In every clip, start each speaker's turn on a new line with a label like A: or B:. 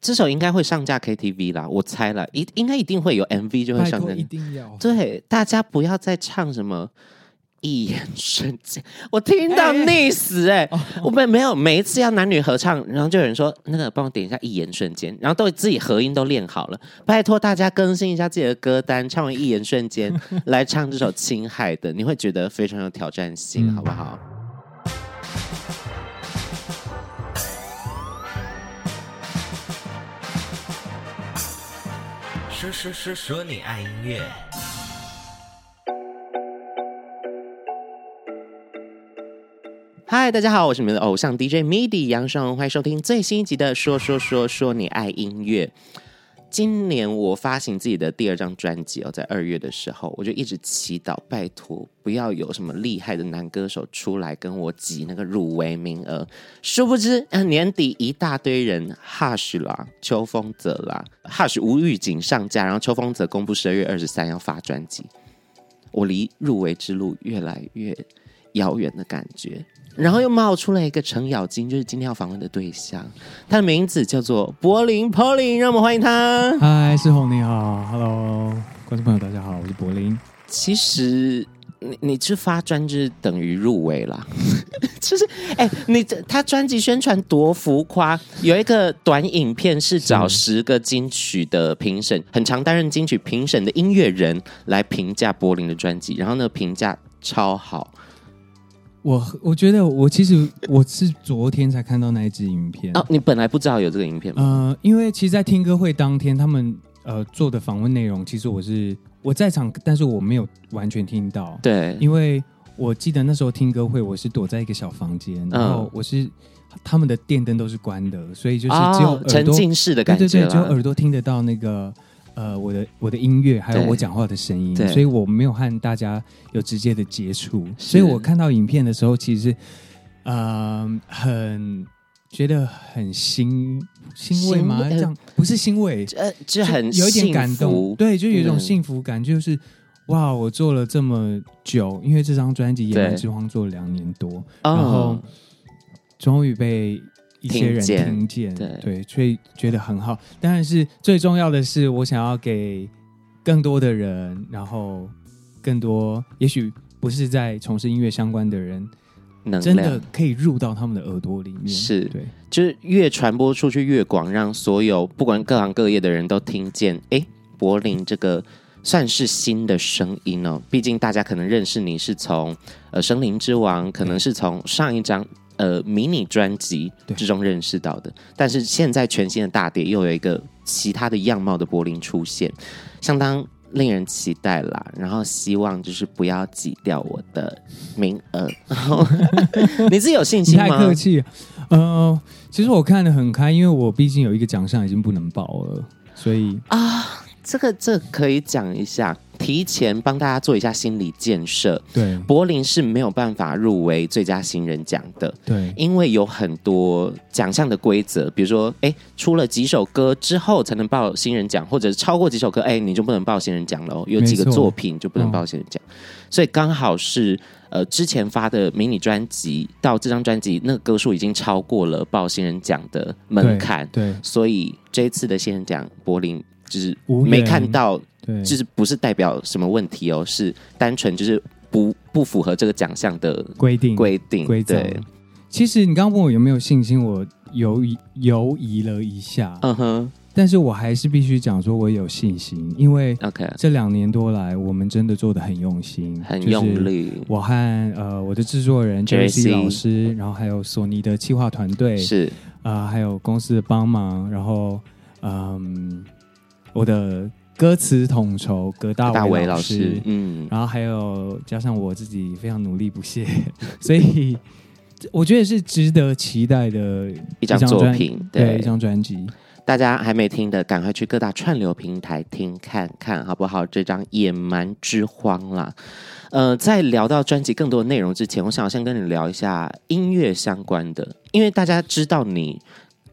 A: 这首应该会上架 KTV 啦，我猜了，一应该一定会有 MV 就会
B: 拜
A: 上
B: 托
A: 架。
B: 一定要。
A: 对，大家不要再唱什么一眼瞬间，我听到溺死哎、
B: 哦
A: 我们没有每一次要男女合唱，然后就有人说那个帮我点一下一眼瞬间，然后都自己合音都练好了，拜托大家更新一下自己的歌单，唱完一眼瞬间来唱这首《侵害》的，你会觉得非常有挑战性，
B: 嗯
A: 好不好？
C: 说说说说你爱音乐，
A: 嗨，大家好，我是你们的偶像 DJ MIDI 杨尚，欢迎收听最新一集的《说说说说你爱音乐》。今年我发行自己的第二张专辑哦，在二月的时候，我就一直祈祷，拜托不要有什么厉害的男歌手出来跟我挤那个入围名额。殊不知，呃年底一大堆人，Hush 啦、秋风泽啦，Hush 无预警上架，然后秋风泽公布十二月二十三要发专辑，我离入围之路越来越遥远的感觉。然后又冒出了一个程咬金，就是今天要访问的对象，他的名字叫做柏林 Polin，让我们欢迎他。
B: 嗨，师红你好，Hello，观众朋友大家好，我是柏林。
A: 其实你你去发专就是等于入围啦， 就是哎、你这他专辑宣传多浮夸，有一个短影片是找十个金曲的评审，很常担任金曲评审的音乐人来评价柏林的专辑，然后呢评价超好，
B: 嗯我我觉得我其实我是昨天才看到那一支影片
A: 哦，你本来不知道有这个影片吗？
B: 呃，因为其实，在听歌会当天，他们呃做的访问内容，其实我是我在场，但是我没有完全听到，
A: 对，
B: 因为我记得那时候听歌会，我是躲在一个小房
A: 嗯
B: 间，然后我是、他们的电灯都是关的，所以就是只有
A: 哦
B: 耳，
A: 沉
B: 朵，
A: 浸式的
B: 对
A: 感
B: 对
A: 觉
B: 对，
A: 啦。
B: 只有耳朵听得到那个。呃，我的我的音乐，还有
A: 对
B: 我讲话的声音，
A: 对
B: 所以我没有和大家有直接的接触，
A: 是
B: 所以我看到影片的时候，其实是，嗯、很觉得很欣欣慰吗？
A: 欣慰
B: 这样不是欣慰，
A: 呃，就很
B: 有一点
A: 幸
B: 感动
A: 福，
B: 对，就有一种
A: 嗯
B: 幸福感，就是哇，我做了这么久，因为这张专辑《野蛮
A: 对
B: 之荒》做了两年多，
A: 哦
B: 然后终于被一些人
A: 听见
B: 听见，
A: 对
B: 所以觉得很好。当然是最重要的是，我想要给更多的人，然后更多，也许不是在从事音乐相关的人，
A: 能
B: 真的
A: 量
B: 可以入到他们的耳朵里面，
A: 是
B: 对，
A: 就是越传播出去越广，让所有不管各行各业的人都听见。诶，柏林这个算是新的声音哦，毕竟大家可能认识你是从呃《森林之王》，可能是从上一张。呃，迷你专辑
B: 对
A: 之中认识到的，但是现在全新的大碟又有一个其他的样貌的柏林出现，相当令人期待啦。然后希望就是不要挤掉我的名额， 然后你自己有信
B: 你
A: 心吗？
B: 太客气了。呃，其实我看得很开，因为我毕竟有一个奖项已经不能报了，所以
A: 啊，这个这个可以讲一下，提前帮大家做一下心理建设。
B: 对
A: 柏林是没有办法入围最佳新人奖的，
B: 对
A: 因为有很多奖项的规则，比如说，哎，出了几首歌之后才能报新人奖，或者是超过几首歌，哎，你就不能报新人奖了哦。有几个
B: 没错
A: 作品就不能报新人奖，所以刚好是呃之前发的迷你专辑到这张专辑，那个歌数已经超过了报新人奖的门槛，
B: 对
A: 所以这一次的新人奖，柏林就是
B: 无缘
A: 没看到，
B: 对，
A: 就是不是代表什么问题哦，是单纯就是不不符合这个奖项的
B: 规定
A: 规定
B: 规则
A: 嗯对，。
B: 其实你刚刚问我有没有信心，我犹疑犹疑了一下，
A: 嗯哼
B: 但是我还是必须讲说我有信心，因为
A: ，OK，
B: 这两年多来我们真的做的很用心，
A: 很
B: 就是
A: 用力，
B: 我和呃我的制作人 j
A: JC
B: c 老师，然后还有索尼的企划团队，
A: 是
B: 啊，还有公司的帮忙，然后嗯，我的歌词统筹葛大
A: 大
B: 伟
A: 伟老
B: 师，
A: 师，嗯，
B: 然后还有加上我自己非常努力不懈， 所以我觉得是值得期待的
A: 一张
B: 一张
A: 作
B: 专
A: 品，
B: 对一张专辑。
A: 大家还没听的，赶快去各大串流平台听看看，好不好？这张《野蛮之荒》啦。呃，在聊到专辑更多的内容之前，我想先跟你聊一下音乐相关的，因为大家知道你，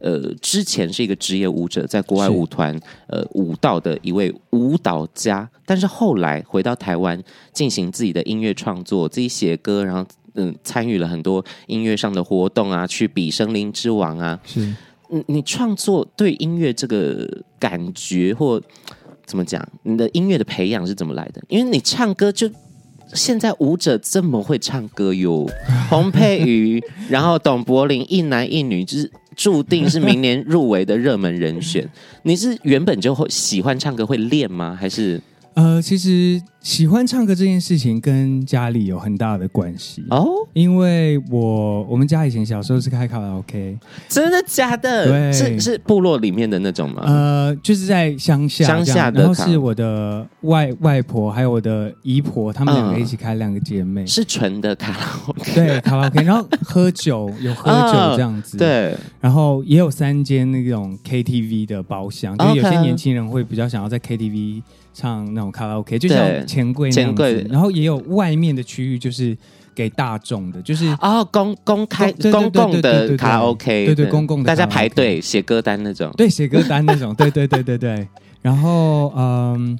A: 呃，之前是一个职业舞者，在国外
B: 是
A: 舞团，呃，舞蹈的一位舞蹈家，但是后来回到台湾进行自己的音乐创作，自己写歌，呃然后嗯，参与了很多音乐上的活动啊，去比《森林之王》啊，
B: 是
A: 你你创作对音乐这个感觉或怎么讲，你的音乐的培养是怎么来的？因为你唱歌就。现在舞者这么会唱歌哟，洪佩瑜，然后董柏林，一男一女，就是注定是明年入围的热门人选。你是原本就会喜欢唱歌，会练吗？还是
B: 呃，其实喜欢唱歌这件事情跟家里有很大的关系，
A: 哦，
B: 因为我我们家以前小时候是开卡拉 OK，
A: 真的假的？
B: 对
A: 是是部落里面的那种吗？
B: 呃，就是在乡下这样，
A: 嗯乡下的
B: 然后
A: 卡
B: 是我的外外婆还有我的姨婆，她们两个
A: 嗯
B: 一起开，两个姐妹。
A: 是纯的卡拉 OK，
B: 对卡拉 OK，然后喝酒有喝酒这样子，，
A: 嗯对，
B: 然后也有三间那种 KTV 的包厢，就是
A: OK
B: 有些年轻人会比较想要在 KTV 唱那种卡拉 OK，就
A: 对
B: 像钱柜那样
A: 钱柜
B: 子，然后也有外面的区域就是给大众的，就是
A: 哦，公公开
B: 对对对
A: 公共
B: 对对对
A: 的
B: 对
A: 卡拉 OK，
B: 对对公共的
A: 大家
B: 卡拉 OK
A: 排队写歌单那种。
B: 对，写歌单那种，对对对对对。然后，嗯，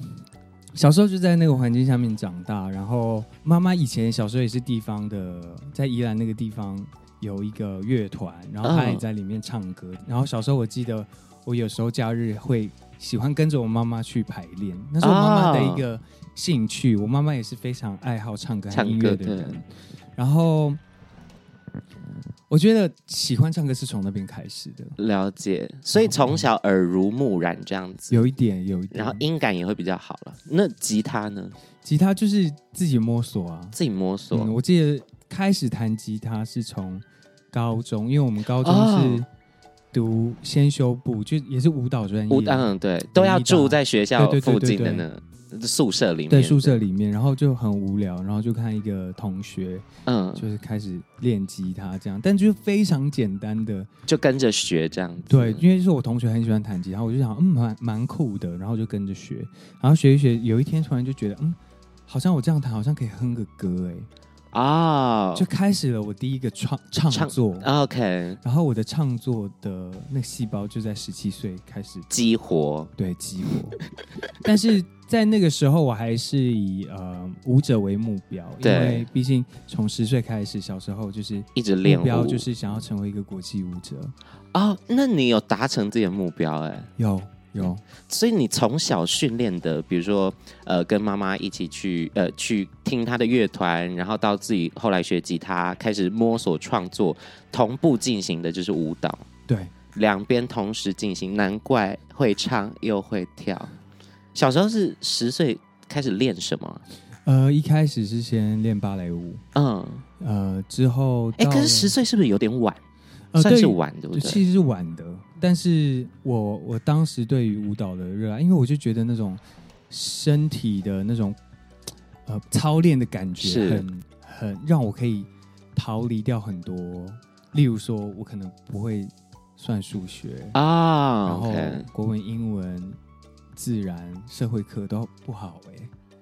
B: 小时候就在那个环境下面长大。然后，妈妈以前小时候也是地方的，在宜兰那个地方有一个乐团，然后她也
A: 嗯
B: 在里面唱歌。然后小时候我记得，我有时候假日会喜欢跟着我妈妈去排练，那是我妈妈
A: 啊
B: 的一个兴趣。我妈妈也是非常爱好唱歌和
A: 唱
B: 音
A: 歌
B: 乐的
A: 对
B: 人。然后，我觉得喜欢唱歌是从那边开始的。
A: 了解，所以从小耳濡目染这样子，
B: 有一点，有一点。
A: 然后音感也会比较好了。那吉他呢？
B: 吉他就是自己摸索啊。
A: 自己摸索。
B: 嗯，我记得开始弹吉他是从高中，因为我们高中
A: 哦
B: 是读先修部，就也是舞蹈专
A: 我
B: 业，
A: 嗯，对，都要住在学校
B: 对对对
A: 附
B: 对
A: 近的
B: 对
A: 那宿舍里面。
B: 在宿舍。里面，然后就很无聊，然后就看一个同学
A: 嗯，
B: 就是开始练吉他这样，但就是非常简单的，
A: 就跟着学这样子。
B: 对，因为就是我同学很喜欢弹吉他，我就想嗯蛮蛮酷的，然后就跟着学，然后学一学，有一天突然就觉得嗯，好像我这样弹好像可以哼个歌哎、
A: 哦，
B: 就开始了我第一个创创
A: 唱啊
B: 作。
A: OK，
B: 然后我的创作的那个细胞就在十七岁开始
A: 激活。
B: 对激活， 但是在那个时候我还是以呃舞者为目标，因
A: 对
B: 为毕竟从十岁开始，小时候就是
A: 一直练
B: 目
A: 舞
B: 标就是想要成为一个国际舞者，
A: 哦，那你有达成自己的目标哎、
B: 有有
A: 所以你从小训练的，比如说呃，跟妈妈一起去呃去听她的乐团，然后到自己后来学吉他，开始摸索创作，同步进行的就是舞蹈，
B: 对
A: 两边同时进行，难怪会唱又会跳。小时候是十岁开始练什么？啊
B: 呃一开始是先练芭蕾舞，
A: 嗯，
B: 呃之后
A: 哎、
B: 到
A: 可是
B: 了
A: 十岁是不是有点晚？
B: 呃
A: 算是
B: 对
A: 晚，对不对？
B: 其实是晚的，但是我我当时对于舞蹈的热爱，因为我就觉得那种身体的那种呃操练的感
A: 是
B: 觉很，很让我可以逃离掉很多，例如说我可能不会算数学，
A: 啊
B: 然后
A: OK
B: 国文、英文、自然、社会课都不好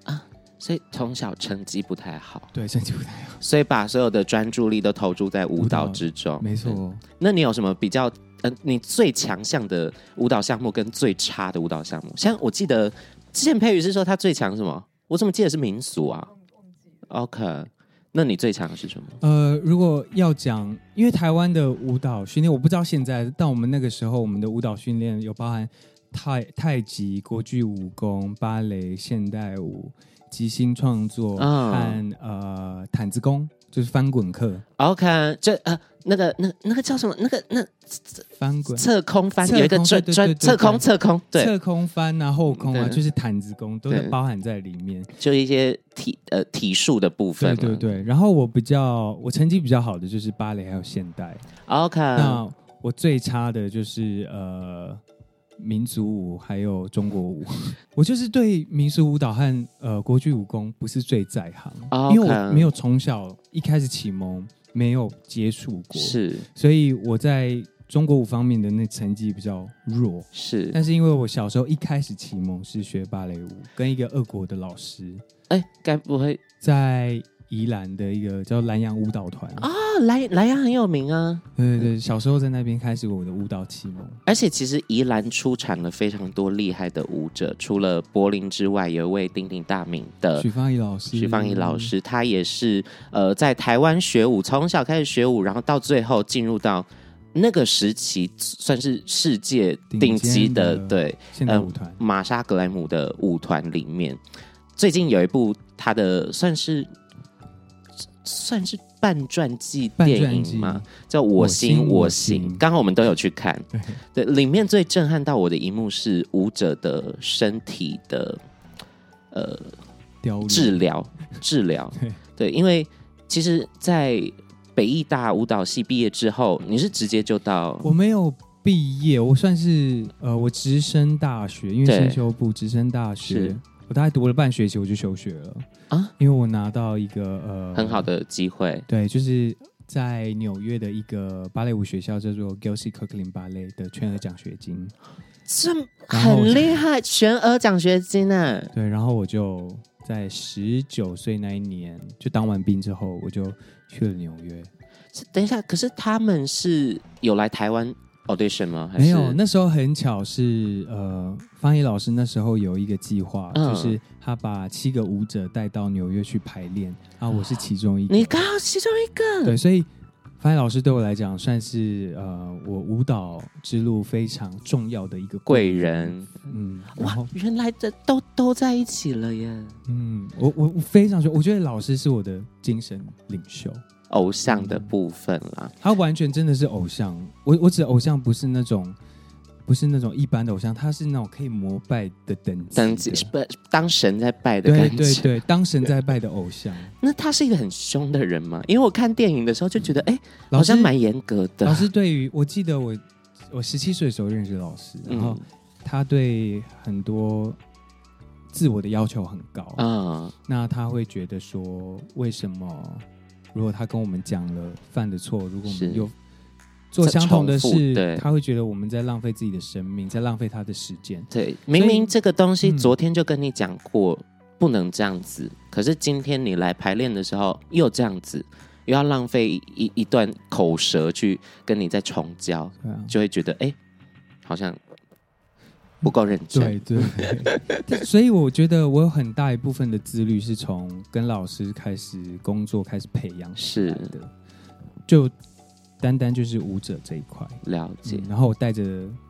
B: 哎、
A: 所以从小成绩不太好，
B: 对，成绩不太好，
A: 所以把所有的专注力都投注在舞
B: 舞
A: 蹈
B: 蹈
A: 之中。
B: 没错。哦
A: 那你有什么比较？呃，你最强项的舞蹈项目跟最差的舞蹈项目？像我记得之前佩宇是说他最强什么？我怎么记得是民俗啊？OK，那你最强的是什么？
B: 呃，如果要讲，因为台湾的舞蹈训练，我不知道现在，但我们那个时候，我们的舞蹈训练有包含太太极、国际武功、芭蕾、现代舞、即兴创作和、
A: 嗯
B: 呃毯子功，就是翻滚课、
A: OK，这呃那个那那个叫什么？那个那
B: 翻滚、
A: 侧空翻
B: 侧空
A: 有一个专
B: 对对
A: 专
B: 对对
A: 侧空侧空，对，
B: 侧空翻啊、后空啊，
A: 对
B: 就是毯子功都在
A: 对
B: 包含在里面。
A: 就一些体呃体术的部分
B: 对
A: 嘛。
B: 对对。然后我比较，我成绩比较好的就是芭蕾还有现代。
A: OK，
B: 那我最差的就是呃民族舞还有中国舞， 我就是对民俗舞蹈和呃国际武功不是最在行
A: 哦
B: 因为
A: 看
B: 我没有从小一开始启蒙，没有接触过，，
A: 是
B: 所以我在中国舞方面的那成绩比较弱。
A: 是
B: 但是因为我小时候一开始启蒙是学芭蕾舞，跟一个俄国的老师
A: 哎，该不会
B: 在宜兰的一个叫南洋舞蹈团啊，
A: 啊？莱莱阳很有名啊。
B: 对对对，小时候在那边开始我的舞蹈启蒙。
A: 而且其实宜兰出产了非常多厉害的舞者，除了柏林之外，有一位鼎鼎大名的
B: 许芳宜老师，
A: 呃许芳宜老师，她也是呃在台湾学舞，从小开始学舞，然后到最后进入到那个时期算是世界顶
B: 顶
A: 级
B: 尖
A: 的
B: 的
A: 对
B: 现代舞团，
A: 玛莎格莱姆的舞团里面，最近有一部她的算是算是半传记
B: 半
A: 电
B: 传
A: 影
B: 记
A: 嘛，叫《我心我
B: 我
A: 行
B: 心》，
A: 刚好我们都有去看。
B: 对，
A: 对，里面最震撼到我的一幕是舞者的身体的呃
B: 雕龙
A: 治疗， 治疗
B: 对，
A: 对，因为其实，在北艺大舞蹈系毕业之后，你是直接就到
B: 我没有毕业，我算是呃，我直升大学，因为
A: 对
B: 先修部直升大学
A: 是，
B: 我大概读了半学期我就休学了
A: 啊
B: 啊，因为我拿到一个呃
A: 很好，的机会，
B: 对，就是在纽约的一个芭蕾舞学校叫做 Gilsey Kirkland 芭蕾的全额奖学金，
A: 这
B: 然后我
A: 很厉害，全额奖学金啊呢、
B: 对，然后我就在十九岁那一年就当完兵之后，我就去了纽约，
A: 是等一下，可是他们是有来台湾 audition 吗？还是
B: 没有，那时候很巧是呃，方怡老师那时候有一个计划，
A: 嗯
B: 就是他把七个舞者带到纽约去排练，啊，我是其中一个。
A: 你刚好其中一个，
B: 对，所以方怡老师对我来讲算是呃我舞蹈之路非常重要的一个
A: 贵，人，
B: 嗯，然
A: 哇
B: 后，
A: 原来这都都在一起了耶，
B: 嗯，我我我非常喜欢，我觉得老师是我的精神领袖，
A: 偶像的部分啦。
B: 他完全真的是偶像。我我指偶像不是那种。不是那种一般的偶像，他是那种可以膜拜的等级的，
A: 等级是不当神在拜的
B: 对
A: 感觉。
B: 对对，当神在拜的偶像，
A: 那他是一个很凶的人吗？因为我看电影的时候就觉得，哎、好
B: 嗯老师
A: 像蛮严格的。
B: 老师对于我记得我我十七岁的时候认识老师，然后
A: 嗯
B: 他对很多自我的要求很高，
A: 啊，
B: 那他会觉得说为什么如果他跟我们讲了犯的错，如果我
A: 是
B: 们又做相同的
A: 重复对
B: 事，他会觉得我们在浪费自己的生命，在浪费他的时间。
A: 对，明明这个东西
B: 嗯
A: 昨天就跟你讲过、不能这样子，可是今天你来排练的时候又这样子，又要浪费一一段口舌去跟你再重教，
B: 对啊，
A: 就会觉得，哎、好像不够认真。
B: 对对 对所以我觉得我有很大一部分的自律是从跟老师开始工作开始培养起来的，就单单就是舞者这一块、
A: 了解、
B: 嗯然后我带着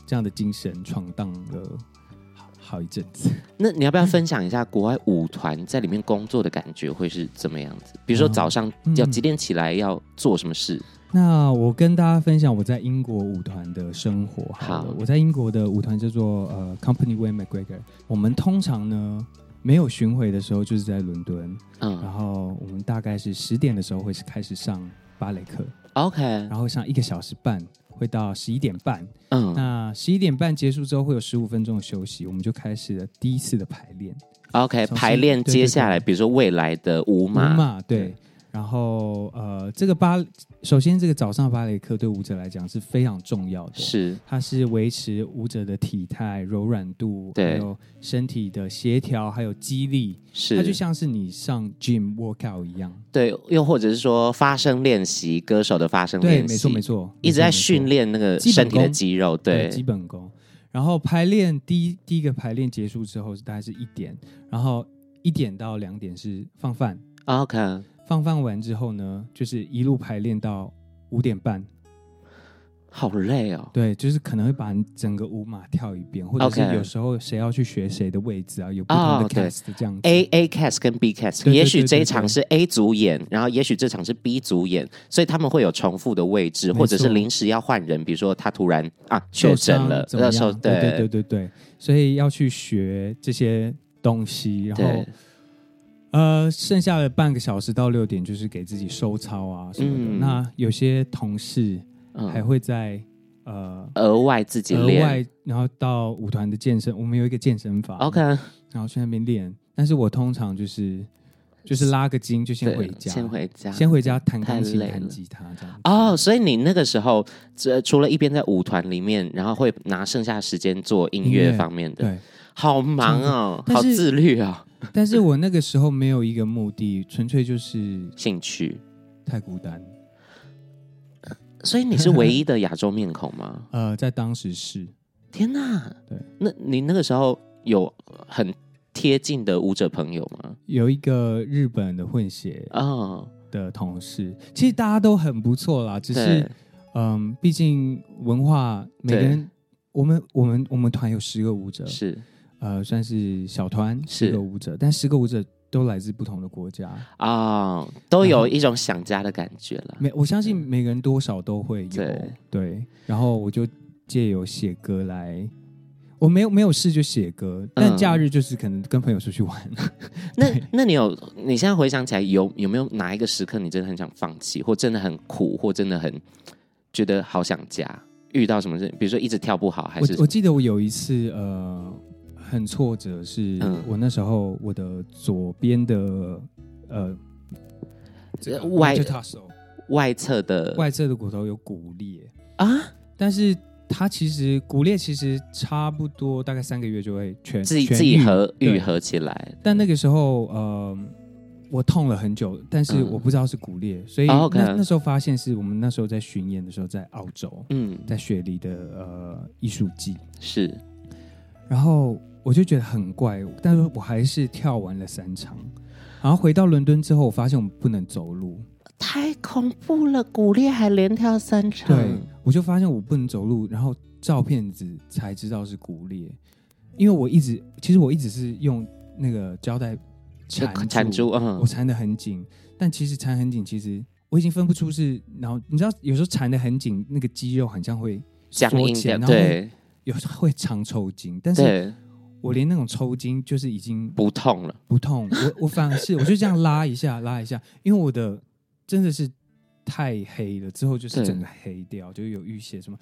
B: 这样的精神闯荡了好好一阵子。
A: 那你要不要分享一下国外舞团在里面工作的感觉会是怎么样子？比如说
B: 嗯
A: 早上要几点起来，要做什么事？
B: 那我跟大家分享我在英国舞团的生活好了。
A: 好
B: 我在英国的舞团叫做呃 Company Way McGregor。我们通常呢没有巡回的时候就是在伦敦，然
A: 嗯
B: 后我们大概是十点的时候会是开始上芭蕾课，
A: ，OK，
B: 然后上一个小时半，会到十一点半。
A: 嗯
B: 那十一点半结束之后会有十五分钟的休息，我们就开始了第一次的排练。
A: ，OK，
B: 首先
A: 排练
B: 对对
A: 接下来，
B: 对
A: 比如说未来的舞
B: 舞
A: 马，
B: 马对
A: 对，
B: 然后呃，这个芭，首先这个早上芭蕾课对舞者来讲是非常重要的，
A: 是
B: 它是维持舞者的体态、柔软度，
A: 对，
B: 还有身体的协调，还有肌力。它就是像是你上 gym workout 一样，
A: 对，又或者是说发声练习，歌手的发声
B: 对，
A: 练
B: 没
A: 习
B: 错，没错，
A: 一直在训
B: 练。
A: 练那个
B: 基本
A: 身体的
B: 功
A: 肌肉，
B: 对
A: 对，
B: 基本功。然后排练第一第一个排练结束之后是大概是一点，然后一点到两点是放饭，
A: ，OK，
B: 放饭完之后呢，就是一路排练到五点半，
A: 好累哦，
B: 对，就是可能会把整个舞码跳一遍，或者
A: OK
B: 是有时候谁要去学谁的位置啊，有不同
A: 哦
B: 的
A: 对
B: cast 这样子。
A: A A cast 跟 B cast，
B: 对对
A: 也许
B: 对
A: 这一
B: 对
A: 场
B: 对
A: 是 A 组演，然后也许这场是 B 组演，所以他们会有重复的位置，
B: 没错
A: 或者是临时要换人，比如说他突然啊确
B: 受
A: 诊
B: 伤
A: 了，
B: 怎么
A: 那时候
B: 样？对对对
A: 对
B: 对对，所以要去学这些东西，然后
A: 对，
B: 呃，剩下的半个小时到六点就是给自己收操啊什么的。
A: 嗯
B: 那有些同事还
A: 嗯，
B: 会在、呃
A: 额外自己
B: 额
A: 练
B: 外，然后到舞团的健身，我们有一个健身房
A: ，OK，
B: 然后去那边练。但是我通常就是就是拉个筋就先
A: 对
B: 回家，
A: 先回家，
B: 先回家弹钢琴、
A: 太累了
B: 弹吉他这样子。
A: 哦，所以你那个时候，这除了一边在舞团里面，然后会拿剩下的时间做音
B: 音
A: 乐
B: 乐
A: 方面的，
B: 对，
A: 好忙哦，
B: 但
A: 好
B: 是
A: 自律哦，
B: 但是我那个时候没有一个目的，纯粹就是
A: 兴趣。
B: 太孤单。
A: 所以你是唯一的亚洲面孔吗？
B: 呃，在当时是
A: 天哪！
B: 对，
A: 那你那个时候有很贴近的舞者朋友吗？
B: 有一个日本的混血
A: 哦，
B: 的同事，其实大家都很不错啦，只
A: 对
B: 是，嗯，毕竟文化每个
A: 对
B: 人，我们我们我们团有十个舞者，
A: 是
B: 呃，算是小团
A: 是
B: 十个舞者，但十个舞者都来自不同的国家。
A: 啊、哦都有一种想家的感觉了。
B: 每我相信每个人多少都会有
A: 对
B: 对然后我就借由写歌来，我没有没有事就写歌，但
A: 嗯
B: 假日就是可能跟朋友出去玩。
A: 那那你有你现在回想起来有有没有哪一个时刻你真的很想放弃，或真的很苦，或真的很觉得好想家？遇到什么事，比如说一直跳不好，还
B: 我
A: 是
B: 我记得我有一次呃很挫折是，
A: 嗯
B: 我那时候我的左边的呃这个
A: 呃外呃
B: 就他手
A: 外侧的
B: 外侧的骨头有骨裂，
A: 啊，
B: 但是它其实骨裂其实差不多大概三个月就会全
A: 自己
B: 痊愈
A: 自己合愈
B: 对
A: 合起来
B: 但那个时候呃。我痛了很久，但是
A: 嗯
B: 我不知道是骨裂，所以那、
A: 哦，OK
B: 那时候发现是我们那时候在巡演的时候，在澳洲，
A: 嗯，
B: 在雪梨的呃艺术季，
A: 是
B: 然后我就觉得很怪，但是我还是跳完了三场。然后回到伦敦之后，我发现我们不能走路，
A: 太恐怖了，骨裂还连跳三场，
B: 对我就发现我不能走路，然后照片子才知道是骨裂，因为我一直其实我一直是用那个胶带
A: 就
B: 缠
A: 缠住，嗯
B: 我，缠得很紧，但其实缠很紧，其实我已经分不出是，然后你知道有时候缠得很紧，那个肌肉好像会
A: 僵
B: 缩
A: 硬
B: 起来
A: 掉，
B: 然后会
A: 对
B: 有时候会常抽筋，但是
A: 对，
B: 我连那种抽筋就是已经
A: 不痛了，
B: 不痛，我我反而是我就这样拉一下拉一下，因为我的真的是太黑了，之后就是
A: 对
B: 整个黑掉，就是有淤血什么，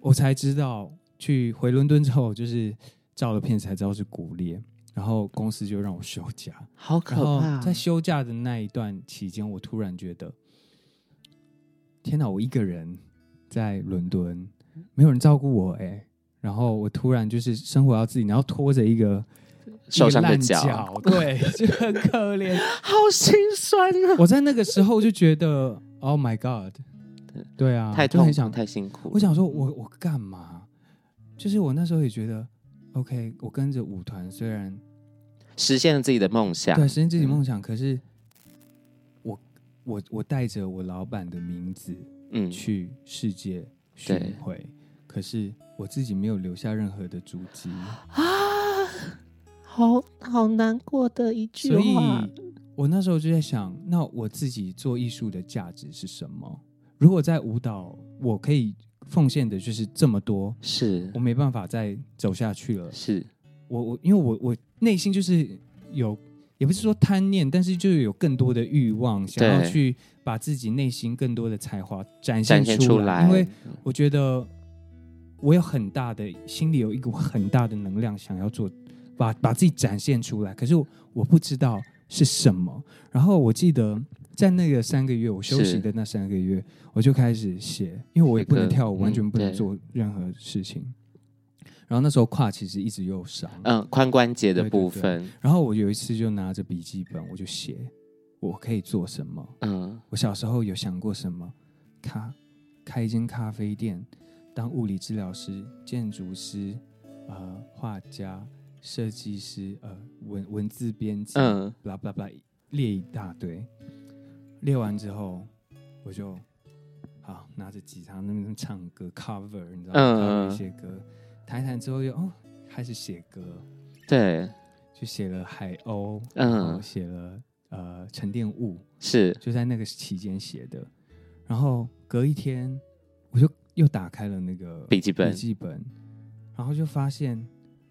B: 我才知道去回伦敦之后就是照了片才知道是骨裂，然后公司就让我休假，
A: 好可
B: 然后
A: 怕，
B: 在休假的那一段期间，我突然觉得，天哪，我一个人在伦敦，没有人照顾我哎、然后我突然就是生活要自己，然后拖着一个
A: 受伤的
B: 一个烂
A: 脚
B: 脚，对，就很可怜。
A: 好心酸啊，
B: 我在那个时候就觉得，Oh my God，对啊，
A: 太
B: 就
A: 痛
B: 很
A: 苦，
B: 想，
A: 太辛苦
B: 我
A: 了，
B: 想说我我干嘛？就是我那时候也觉得，OK，我跟着舞团虽然
A: 实现了自己的梦想，
B: 对，实现自己梦想。可是我我我带着我老板的名字
A: 嗯，
B: 去世界
A: 对
B: 巡回，可是我自己没有留下任何的足迹，
A: 啊，好好难过的一句
B: 所以
A: 话。
B: 我那时候就在想，那我自己做艺术的价值是什么？如果在舞蹈，我可以奉献的就是这么多，
A: 是
B: 我没办法再走下去了。
A: 是，
B: 我我因为我我内心就是有，也不是说贪念，但是就是有更多的欲望，想要去把自己内心更多的才华展
A: 展
B: 现
A: 现出
B: 来。
A: 来，
B: 因为我觉得我有很大的心里有一股很大的能量，想要做把把自己展现出来，可是我我不知道是什么。然后我记得在那个三个月，我休息
A: 是
B: 的那三个月，我就开始写，因为我也不能跳舞，
A: 这个
B: 完全不
A: 嗯
B: 能
A: 对
B: 做任何事情。然后那时候胯其实一直有伤，
A: 嗯，髋关节的
B: 对对
A: 部
B: 对
A: 分，
B: 然后我有一次就拿着笔记本，我就写我可以做什么。
A: 嗯，
B: 我小时候有想过什么，咖开一间咖啡店，当物理治疗师、建筑师、呃画家、设计师、呃文文字编辑，
A: 嗯
B: ，blah blah blah，列一大堆。列完之后，我就好拿着吉他那边唱歌 cover，你知道
A: 嗯
B: 吗？cover 一些歌，弹一弹之后又哦开始写歌，
A: 对，
B: 就写了海鸥，
A: 嗯
B: 嗯，写了呃沉淀物，
A: 是
B: 就在那个期间写的。然后隔一天，我就又打开了那个
A: 笔记本
B: 笔记本，然后就发现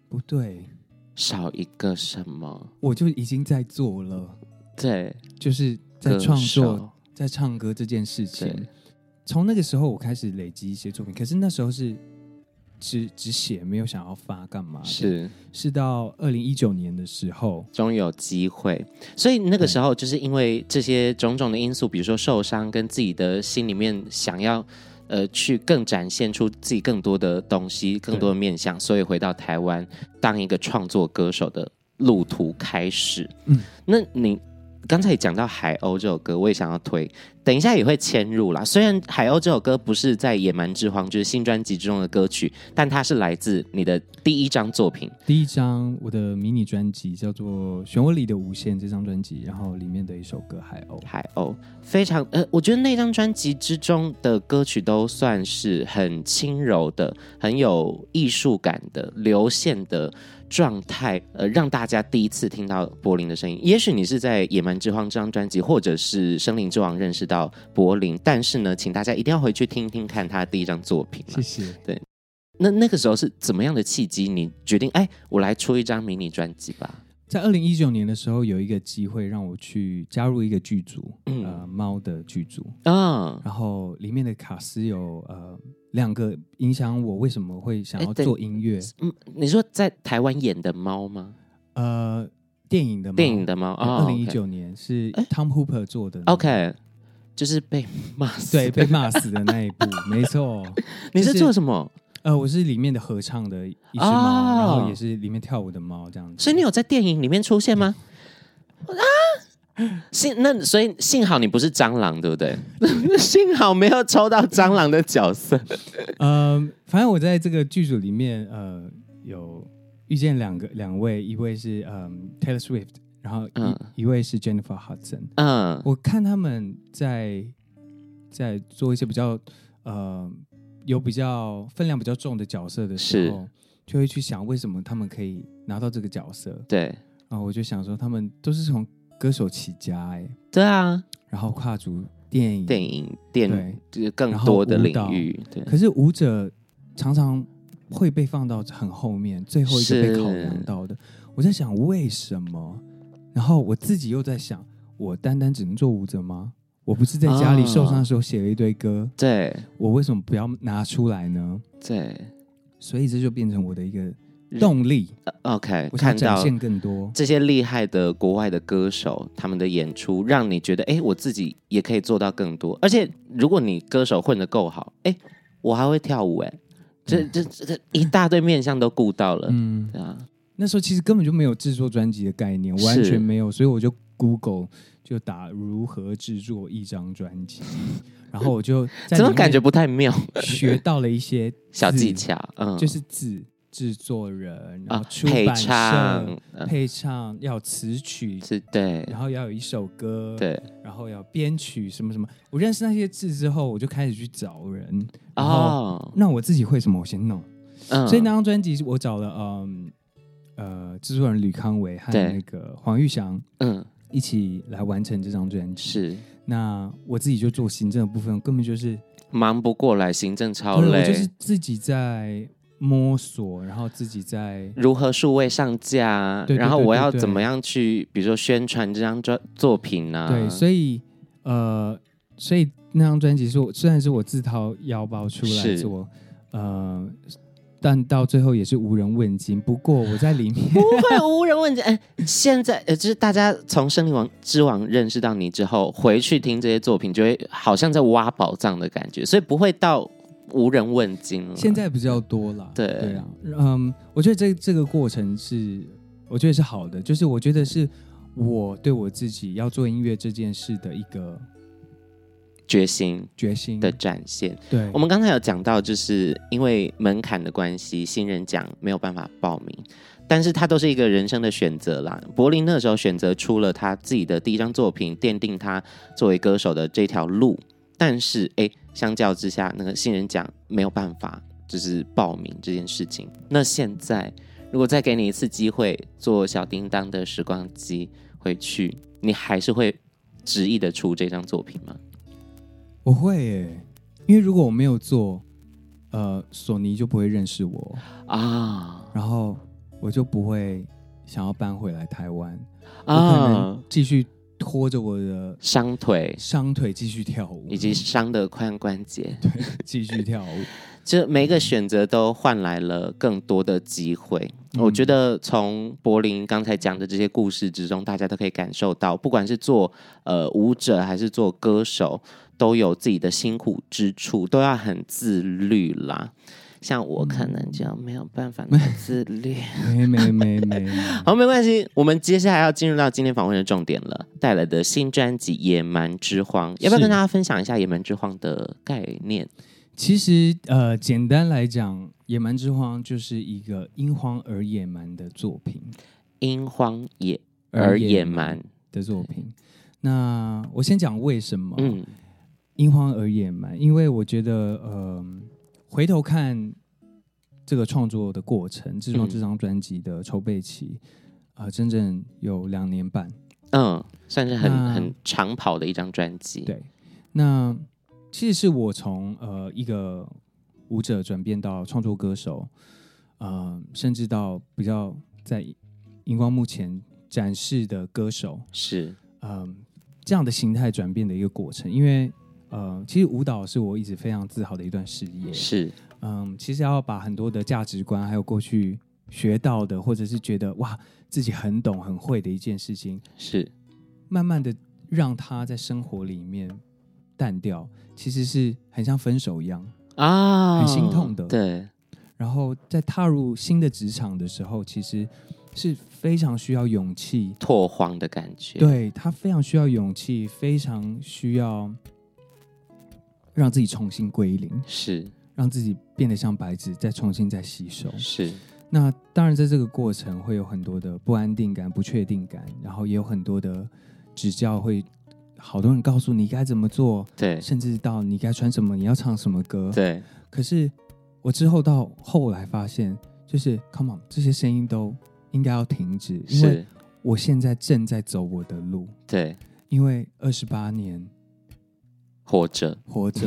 B: 不对，
A: 少一个什么？
B: 我就已经在做了，
A: 对，
B: 就是在
A: 歌
B: 创作、啊
A: 手，
B: 在唱歌这件事情
A: 对。
B: 从那个时候，我开始累积一些作品，可是那时候是只只写，没有想要发干嘛的。
A: 是
B: 是到二零一九年的时候，
A: 终于有机会。所以那个
B: 对
A: 时候，就是因为这些种种的因素，比如说受伤，跟自己的心里面想要。呃，去更展现出自己更多的东西，更多的面向，所以回到台湾当一个创作歌手的路途开始。
B: 嗯，
A: 那你刚才也讲到《海鸥》这首歌，我也想要推。等一下也会嵌入啦。虽然《海鸥》这首歌不是在《野蛮之荒》就是新专辑之中的歌曲，但它是来自你的第一张作品。
B: 第一张我的迷你专辑叫做《漩涡里的无限》这张专辑，然后里面的一首歌《海鸥》。
A: 海鸥非常呃，我觉得那张专辑之中的歌曲都算是很轻柔的、很有艺术感的、流线的状态，呃，让大家第一次听到柏林的声音。也许你是在《野蛮之荒》这张专辑，或者是《生灵之王》认识到柏林，但是呢，请大家一定要回去听听看他的第一张作品啦
B: 谢谢。
A: 那那个时候是怎么样的契机？你决定哎，我来出一张迷你专辑吧。
B: 在二零一九年的时候，有一个机会让我去加入一个剧组，
A: 嗯
B: 呃，猫的剧组，
A: 啊、
B: 然后里面的卡斯有呃两个影响我为什么会想要
A: 哎对
B: 做音乐，
A: 嗯，你说在台湾演的猫吗？
B: 呃，电影的猫
A: 电影的猫啊，
B: 二零一九年是
A: 哎
B: Tom Hooper 做的那个
A: OK，就是被骂死。
B: 对，被骂死的那一部，没错。
A: 你是
B: 就是
A: 做什么？
B: 呃，我是里面的合唱的一只猫，
A: 哦
B: 然后也是里面跳舞的猫这样子。
A: 所以你有在电影里面出现吗？啊！幸那所以幸好你不是蟑螂，对不对？ 幸好没有抽到蟑螂的角色。
B: 呃，反正我在这个剧组里面，呃，有遇见两个两位，一位是嗯、Taylor Swift，然后一、
A: 嗯
B: 一位是 Jennifer Hudson。
A: 嗯
B: 我看他们在在做一些比较呃有比较分量比较重的角色的时候，就会去想为什么他们可以拿到这个角色。
A: 对
B: 然后我就想说，他们都是从歌手起家哎、
A: 对啊，
B: 然后跨足电影。
A: 电影电
B: 对
A: 就是更
B: 然后
A: 多的
B: 舞
A: 领
B: 蹈
A: 域，对
B: 可是舞者常常会被放到很后面，最后一个被
A: 是
B: 考量到的。我在想为什么？然后我自己又在想，我单单只能做舞者吗？我不是在家里
A: 啊
B: 受伤的时候写了一堆歌，
A: 对
B: 我为什么不要拿出来呢？
A: 对
B: 所以这就变成我的一个动力，
A: 呃，OK，
B: 我想
A: 看
B: 展
A: 到
B: 现更多。
A: 这些厉害的国外的歌手他们的演出，让你觉得，哎，我自己也可以做到更多。而且，如果你歌手混得够好，哎，我还会跳舞，哎，这这这这一大堆面向都顾到了，
B: 嗯，
A: 对啊，
B: 那时候其实根本就没有制作专辑的概念，
A: 是
B: 完全没有，所以我就 Google 就打如何制作一张专辑，然后我就在
A: 怎么
B: 里面
A: 感觉不太妙？
B: 学到了一些字
A: 小技，巧，嗯，
B: 就是字制作人，然
A: 啊
B: 后，出
A: 配
B: 版社、
A: 唱，嗯，
B: 配唱要词曲，
A: 是对
B: 然后要有一首歌，，
A: 对，
B: 然后要编曲什么什么。我认识那些字之后，我就开始去找人，然后
A: 哦，
B: 那我自己会什么我先弄，
A: 嗯
B: 所以那张专辑是我找了嗯呃制作人吕康维和
A: 对
B: 那个黄玉祥。
A: 嗯
B: 一起来完成这张专辑。
A: 是
B: 那我自己就做行政的部分，根本就是
A: 忙不过来，行政超
B: 对我
A: 累，
B: 就是自己在摸索，然后自己在
A: 如何数位上架，啊
B: 对对
A: 然后
B: 对
A: 我
B: 对
A: 要
B: 对
A: 怎么样去，比如说宣传这张专作品啊呢、
B: 对，所以呃，所以那张专辑是我虽然是我自掏腰包出来
A: 是
B: 做，呃，但到最后也是无人问津。不过我在里面
A: 不会无人问津。哎，现在呃，就是大家从《森林王之王》认识到你之后，回去听这些作品，就会好像在挖宝藏的感觉，所以不会到无人问津了。
B: 现在比较多了，
A: 对
B: 对啊，嗯，我觉得这这个过程是，我觉得是好的，就是我觉得是我对我自己要做音乐这件事的一个
A: 决心
B: 决心
A: 的展现。
B: 对，
A: 我们刚才有讲到，就是因为门槛的关系，新人奖没有办法报名，但是他都是一个人生的选择啦。柏林那时候选择出了他自己的第一张作品，奠定他作为歌手的这条路。但是，哎，相较之下，那个新人奖没有办法，就是报名这件事情。那现在，如果再给你一次机会，做小叮当的时光机回去，你还是会执意的出这张作品吗？
B: 我会耶，因为如果我没有做，呃，索尼就不会认识我，
A: 啊
B: 然后我就不会想要搬回来台湾，我可
A: 啊
B: 能！继续拖着我的
A: 伤腿
B: 伤腿继续跳舞，
A: 以及伤的髋关节，
B: 继续跳舞。
A: 这每一个选择都换来了更多的机会。我觉得从柏林刚才讲的这些故事之中，大家都可以感受到，不管是做呃舞者还是做歌手，都有自己的辛苦之处，都要很自律啦。像我可能就没有办法那么自律。
B: 没没没没，
A: 好，没关系，我们接下来要进入到今天访问的重点了，带来的新专辑《野蛮之荒》，要不要
B: 是
A: 跟大家分享一下《野蛮之荒》的概念？
B: 其实呃，简单来讲，《野蛮之荒》就是一个因荒而野蛮的作品
A: 因荒野
B: 呃
A: 而野蛮，
B: 的作品。那我先讲为什么，
A: 嗯，
B: 因荒而野蛮，因为我觉得，嗯、回头看这个创作的过程，制作
A: 嗯
B: 这张专辑的筹备期，啊、整整有两年半。
A: 嗯，算是很
B: 那
A: 很长跑的一张专辑。
B: 对，那其实是我从呃一个舞者转变到创作歌手，呃，甚至到比较在荧光幕前展示的歌手，
A: 是，
B: 嗯，这样的形态转变的一个过程。因为呃，其实舞蹈是我一直非常自豪的一段事业。
A: 是，
B: 嗯，其实要把很多的价值观，还有过去学到的，或者是觉得哇自己很懂很会的一件事情，
A: 是，
B: 慢慢的让它在生活里面淡掉，其实是很像分手一样。
A: 啊，
B: 很心痛的
A: 对，
B: 然后在踏入新的职场的时候，其实是非常需要勇气，
A: 拓荒的感觉。，
B: 对他非常需要勇气，非常需要让自己重新归零，
A: 是
B: 让自己变得像白纸，再重新再吸收。
A: 是，
B: 那当然，在这个过程会有很多的不安定感、不确定感，然后也有很多的指教，会好多人告诉你该怎么做，
A: 对
B: 甚至到你该穿什么，你要唱什么歌。
A: 对，
B: 可是我之后到后来发现，就是 come on，这些声音都应该要停止，因为
A: 是，
B: 我现在正在走我的路，
A: 对，
B: 因为二十八年
A: 活着。
B: 活着，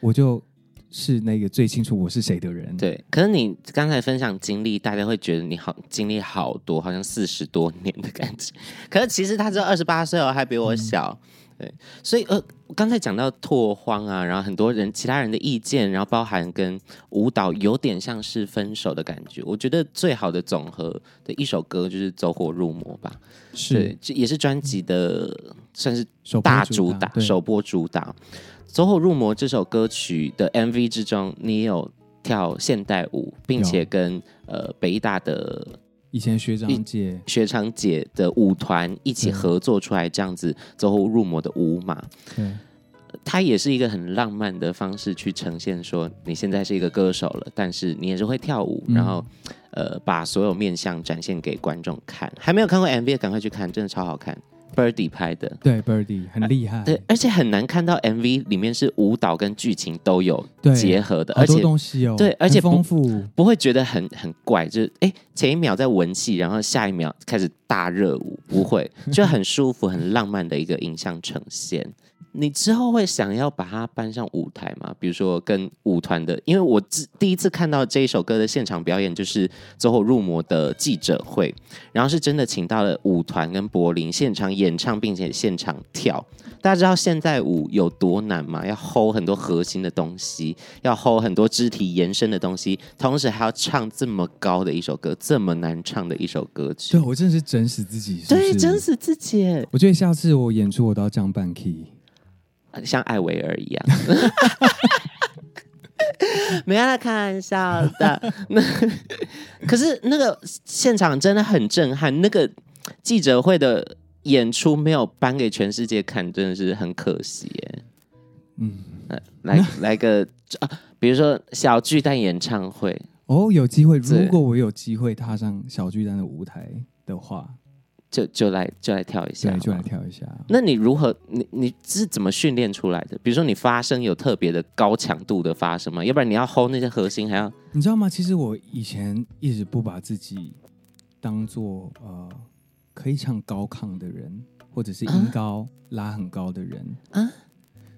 B: 我就是那个最清楚我是谁的人。
A: 对，可是你刚才分享经历，大家会觉得你好经历好多，好像四十多年的感觉。 可是其实他只有二十八岁哦，还比我小。对，所以呃，刚才讲到拓荒啊，然后很多人其他人的意见，然后包含跟舞蹈有点像是分手的感觉。我觉得最好的总和的一首歌就是《走火入魔》吧。对
B: 是，
A: 这也是专辑的算是
B: 手
A: 大主
B: 主
A: 打、
B: 对
A: 首播主打。《走火入魔》这首歌曲的 MV 之中，你有跳现代舞，并且跟呃北艺大的
B: 以前学长姐
A: 学长姐的舞团一起
B: 嗯
A: 合作出来这样子《走火入魔》的舞码，
B: 对。
A: 它也是一个很浪漫的方式去呈现说你现在是一个歌手了，但是你也是会跳舞，
B: 嗯
A: 然后呃把所有面相展现给观众看。还没有看过 MV，的赶快去看，真的超好看，Birdy 拍的。
B: 对，Birdy 很厉害，
A: 啊对，而且很难看到 MV 里面是舞蹈跟剧情都有
B: 对
A: 结合的，
B: 好
A: 而
B: 多
A: 且
B: 东西哦，
A: 对而且
B: 很
A: 不
B: 丰富，
A: 不会觉得很很怪，就是哎前一秒在文戏，然后下一秒开始大热舞，不 会，就很舒服、很浪漫的一个影像呈现。你之后会想要把它搬上舞台吗？比如说跟舞团的，因为我自第一次看到这一首歌的现场表演，就是《走火入魔》的记者会，然后是真的请到了舞团跟柏林现场演唱，并且现场跳。大家知道现代舞有多难吗？要 hold 很多核心的东西，要 hold 很多肢体延伸的东西，同时还要唱这么高的一首歌，这么难唱的一首歌曲
B: 对。我真的是整死自己，是不
A: 对，
B: 是
A: 真。是自己耶，
B: 我觉得下次我演出我都要降半 key，
A: 像艾薇儿一 样。没有啦，开玩笑的。 那可是那个现场真的很震撼，那个记者会的演出没有搬给全世界看，真的是很可惜耶。
B: 嗯，
A: 来来个啊，比如说小巨蛋演唱会，
B: 哦，有机会，
A: 对
B: 如果我有机会踏上小巨蛋的舞台的话，
A: 就就来就来跳一下
B: 对，，就来
A: 好吗。
B: 跳一下。
A: 那你如何？你你是怎么训练出来的？比如说你发声有特别的高强度的发声吗？要不然你要 hold 那些核心，还要
B: 你知道吗？其实我以前一直不把自己当做呃可以唱高亢的人，或者是
A: 啊
B: 音高、拉很高的人，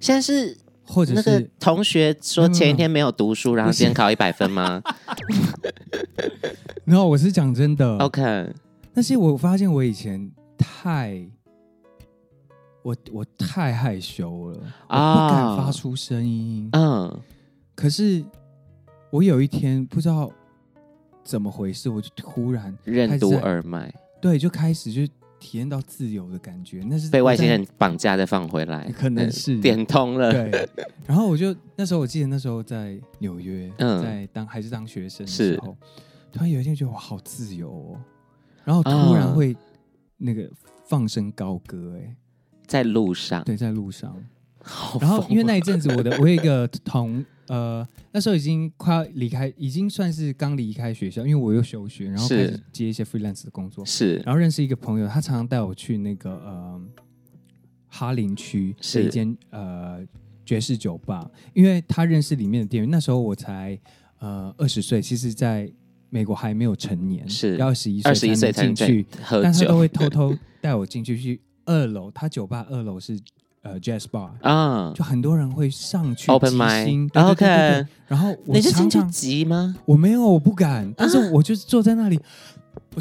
A: 现在是
B: 或者
A: 那个
B: 是嗯
A: 同学说前一天没有读书，然后今天考一百分 吗
B: 然后我是讲真
A: 哦
B: 的，
A: ？OK，
B: 但是我发现我以前太，我我太害羞了，我不
A: 啊
B: 敢发出声音。
A: 嗯，
B: 可是我有一天不知道怎么回事，我就突然
A: 任督
B: 开始在
A: 二脉，
B: 对，就开始就体验到自由的感觉，那是
A: 被外星
B: 在
A: 人绑架再放回来，
B: 可能是
A: 嗯点通 了，
B: 对，然后我就那时候我记得那时候在纽约，
A: 嗯
B: 在当还是当学生的
A: 是
B: 时候，突然有一天觉得我好自由哦，然后突然
A: 啊
B: 会那个放声高歌、哎、
A: 在路上，
B: 对，在路上，
A: 好
B: 然后
A: 疯
B: 因为
A: 啊哦
B: 那一阵子我的 我有一个同呃那时候已经快要离开，已经算是刚离开学校，因为我又休学，然后
A: 是
B: 开始接一些 freelance 的工作，
A: 哦是
B: 然后认识一个朋友，他常常带我去那个呃哈林区
A: 是
B: 是一间呃爵士酒吧，因为他认识里面的店员。那时候我才呃二十岁，其实在美国还没有成年，
A: 是
B: 要二十一
A: 二十一岁才能
B: 进去，
A: 在喝
B: 但他都
A: 酒
B: 会 偷偷带我进去去二楼，他酒吧二楼是呃 jazz bar。
A: 啊。
B: 就很多人会上去
A: Open
B: 即
A: mic 哦
B: 兴对对对对
A: OK
B: 对然后我
A: 你是进
B: 常
A: 去
B: 常
A: 急吗？
B: 我没有我不敢，但
A: 啊
B: 是我就是坐在那里，我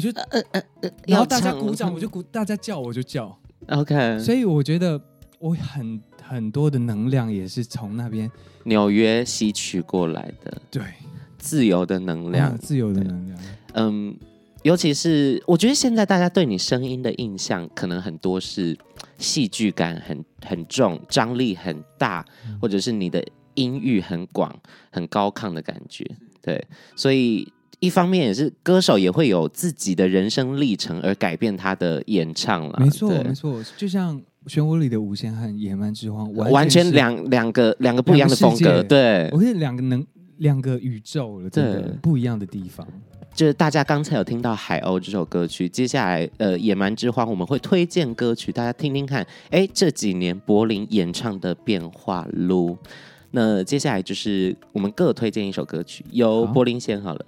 A: 呃
B: 就然后大家鼓掌，我就鼓，大家叫我就叫。
A: OK。
B: 所以我觉得我很很多的能量也是从那边
A: 纽约吸取过来的
B: 对
A: 自由的能
B: 啊
A: 量，
B: 自由的能量，
A: 嗯，尤其是我觉得现在大家对你声音的印象，可能很多是戏剧感很很重，张力很大，
B: 嗯
A: 或者是你的音域很广、很高亢的感觉。
B: 嗯
A: 对，所以一方面也是歌手也会有自己的人生历程而改变他的演唱了，
B: 没错
A: 对
B: 没错，就像漩涡里的无限和野蛮之荒
A: 完全
B: 是，
A: 两两个两个不一样的风
B: 两
A: 格，
B: 个世界
A: 对，
B: 我觉得两个能两个宇宙了，真的
A: 对
B: 不一样的地方。
A: 就是大家刚才有听到《海鸥》这首歌曲，接下来呃，《野蛮之花》我们会推荐歌曲，大家听听看。哎，这几年柏林演唱的变化噜。那接下来就是我们各推荐一首歌曲，由
B: 好
A: 柏林先好了。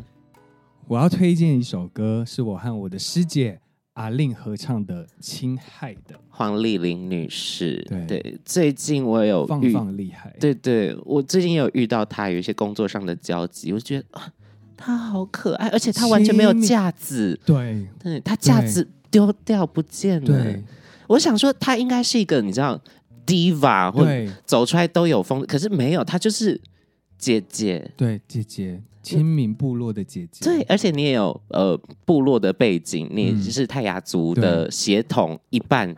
B: 我要推荐一首歌，是我和我的师姐阿令合唱的《侵害的
A: 黄丽玲女士，
B: 对
A: 最近我有
B: 放
A: 遇，
B: 放厉害》，
A: 哦对对，我最近也有遇到她，有一些工作上的交集，我觉得啊，她好可爱，而且她完全没有
B: 亲密
A: 架子，
B: 对
A: 对，她架
B: 对
A: 子丢掉不见了
B: 对。
A: 我想说，她应该是一个你知道 diva 或者
B: 对
A: 走出来都有风，可是没有，她就是姐姐。
B: 对，姐姐，亲民部落的姐姐，
A: 对，而且你也有呃部落的背景，你也
B: 嗯
A: 是泰雅族的血统一半。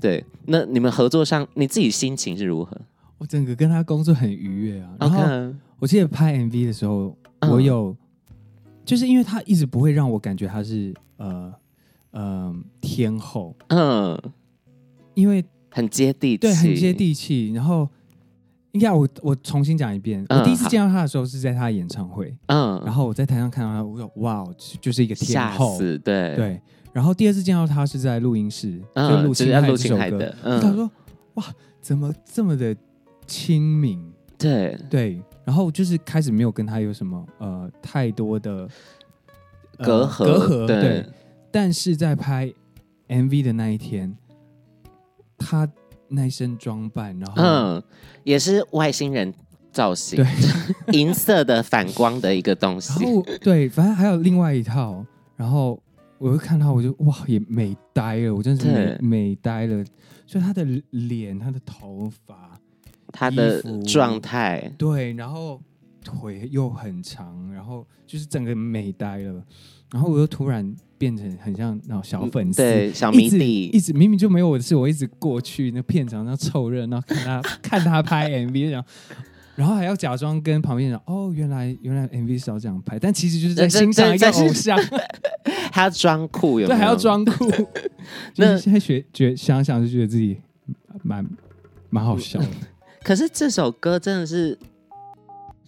B: 对
A: 对，那你们合作上，你自己心情是如何
B: 我整个跟她工作很愉悦啊。然后
A: ？OK，
B: 我记得拍 MV 的时候，
A: 嗯
B: 我有，就是因为她一直不会让我感觉她是呃呃天后，
A: 嗯，
B: 因为
A: 很接地气，
B: 对很接。地气。然后应该我我重新讲一遍，
A: 嗯
B: 我第一次
A: 好
B: 见到她的时候是在她的演唱会，然
A: 嗯，
B: 后我在台上看到她，我说哇，就是一个天
A: 吓
B: 后，
A: 死，对，
B: 对。然后第二次见到她是在录音室，就
A: 嗯，
B: 录
A: 就
B: 《
A: 是要录
B: 这
A: 青
B: 首
A: 海
B: 歌。
A: 的，
B: 他
A: 嗯，
B: 说：“哇，怎么这么的亲民
A: 对，？”
B: 对，然后就是开始没有跟他有什么呃太多的、呃
A: 隔阂，
B: 隔阂对
A: 对，
B: 但是在拍 MV 的那一天，他那一身装扮，然后、
A: 嗯，也是外星人造 型
B: 对，，
A: 银色的反光的一个东
B: 然
A: 西。
B: 后对，反正还有另外一套，然后我就看到我就哇也美呆了，我真是
A: 对
B: 美美呆了，就他的脸、他的头发，
A: 他的
B: 衣服
A: 状态，
B: 对，然后腿又很长，然后就是整个美呆了，然后我又突然变成很像那种小粉
A: 嗯
B: 丝，
A: 对小迷
B: 一直
A: 弟
B: 一，直明明就没有我的事，我一直过去那片场那凑热闹，看 他看他拍 MV，然后然后还要假装跟旁边人哦，原来原来 MV 是要这样拍，但其实就是在
A: 这
B: 欣赏
A: 这
B: 一个
A: 这是
B: 偶 像，
A: 还要装酷，有没
B: 对，
A: 有？
B: 还要。装酷，就
A: 那
B: 是现在学觉想想就觉得自己蛮蛮 好笑的，
A: 可是这首歌真的是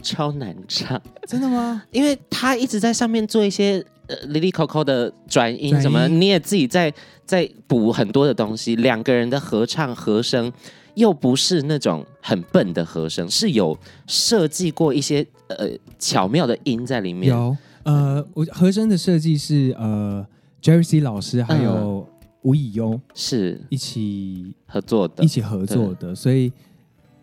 A: 超难唱，
B: 真的吗？
A: 因为他一直在上面做一些呃里里口口的转音
B: 转
A: 什么，
B: 音
A: 你也自己在在补很多的东西。两个人的合唱和声又不是那种很笨的和声，是有设计过一些呃巧妙的音在里面。
B: 有，呃，我和声的设计是呃 Jerry C 老师还
A: 嗯
B: 有吴以优
A: 是
B: 一起、
A: 合作的
B: 一，起合作的，所以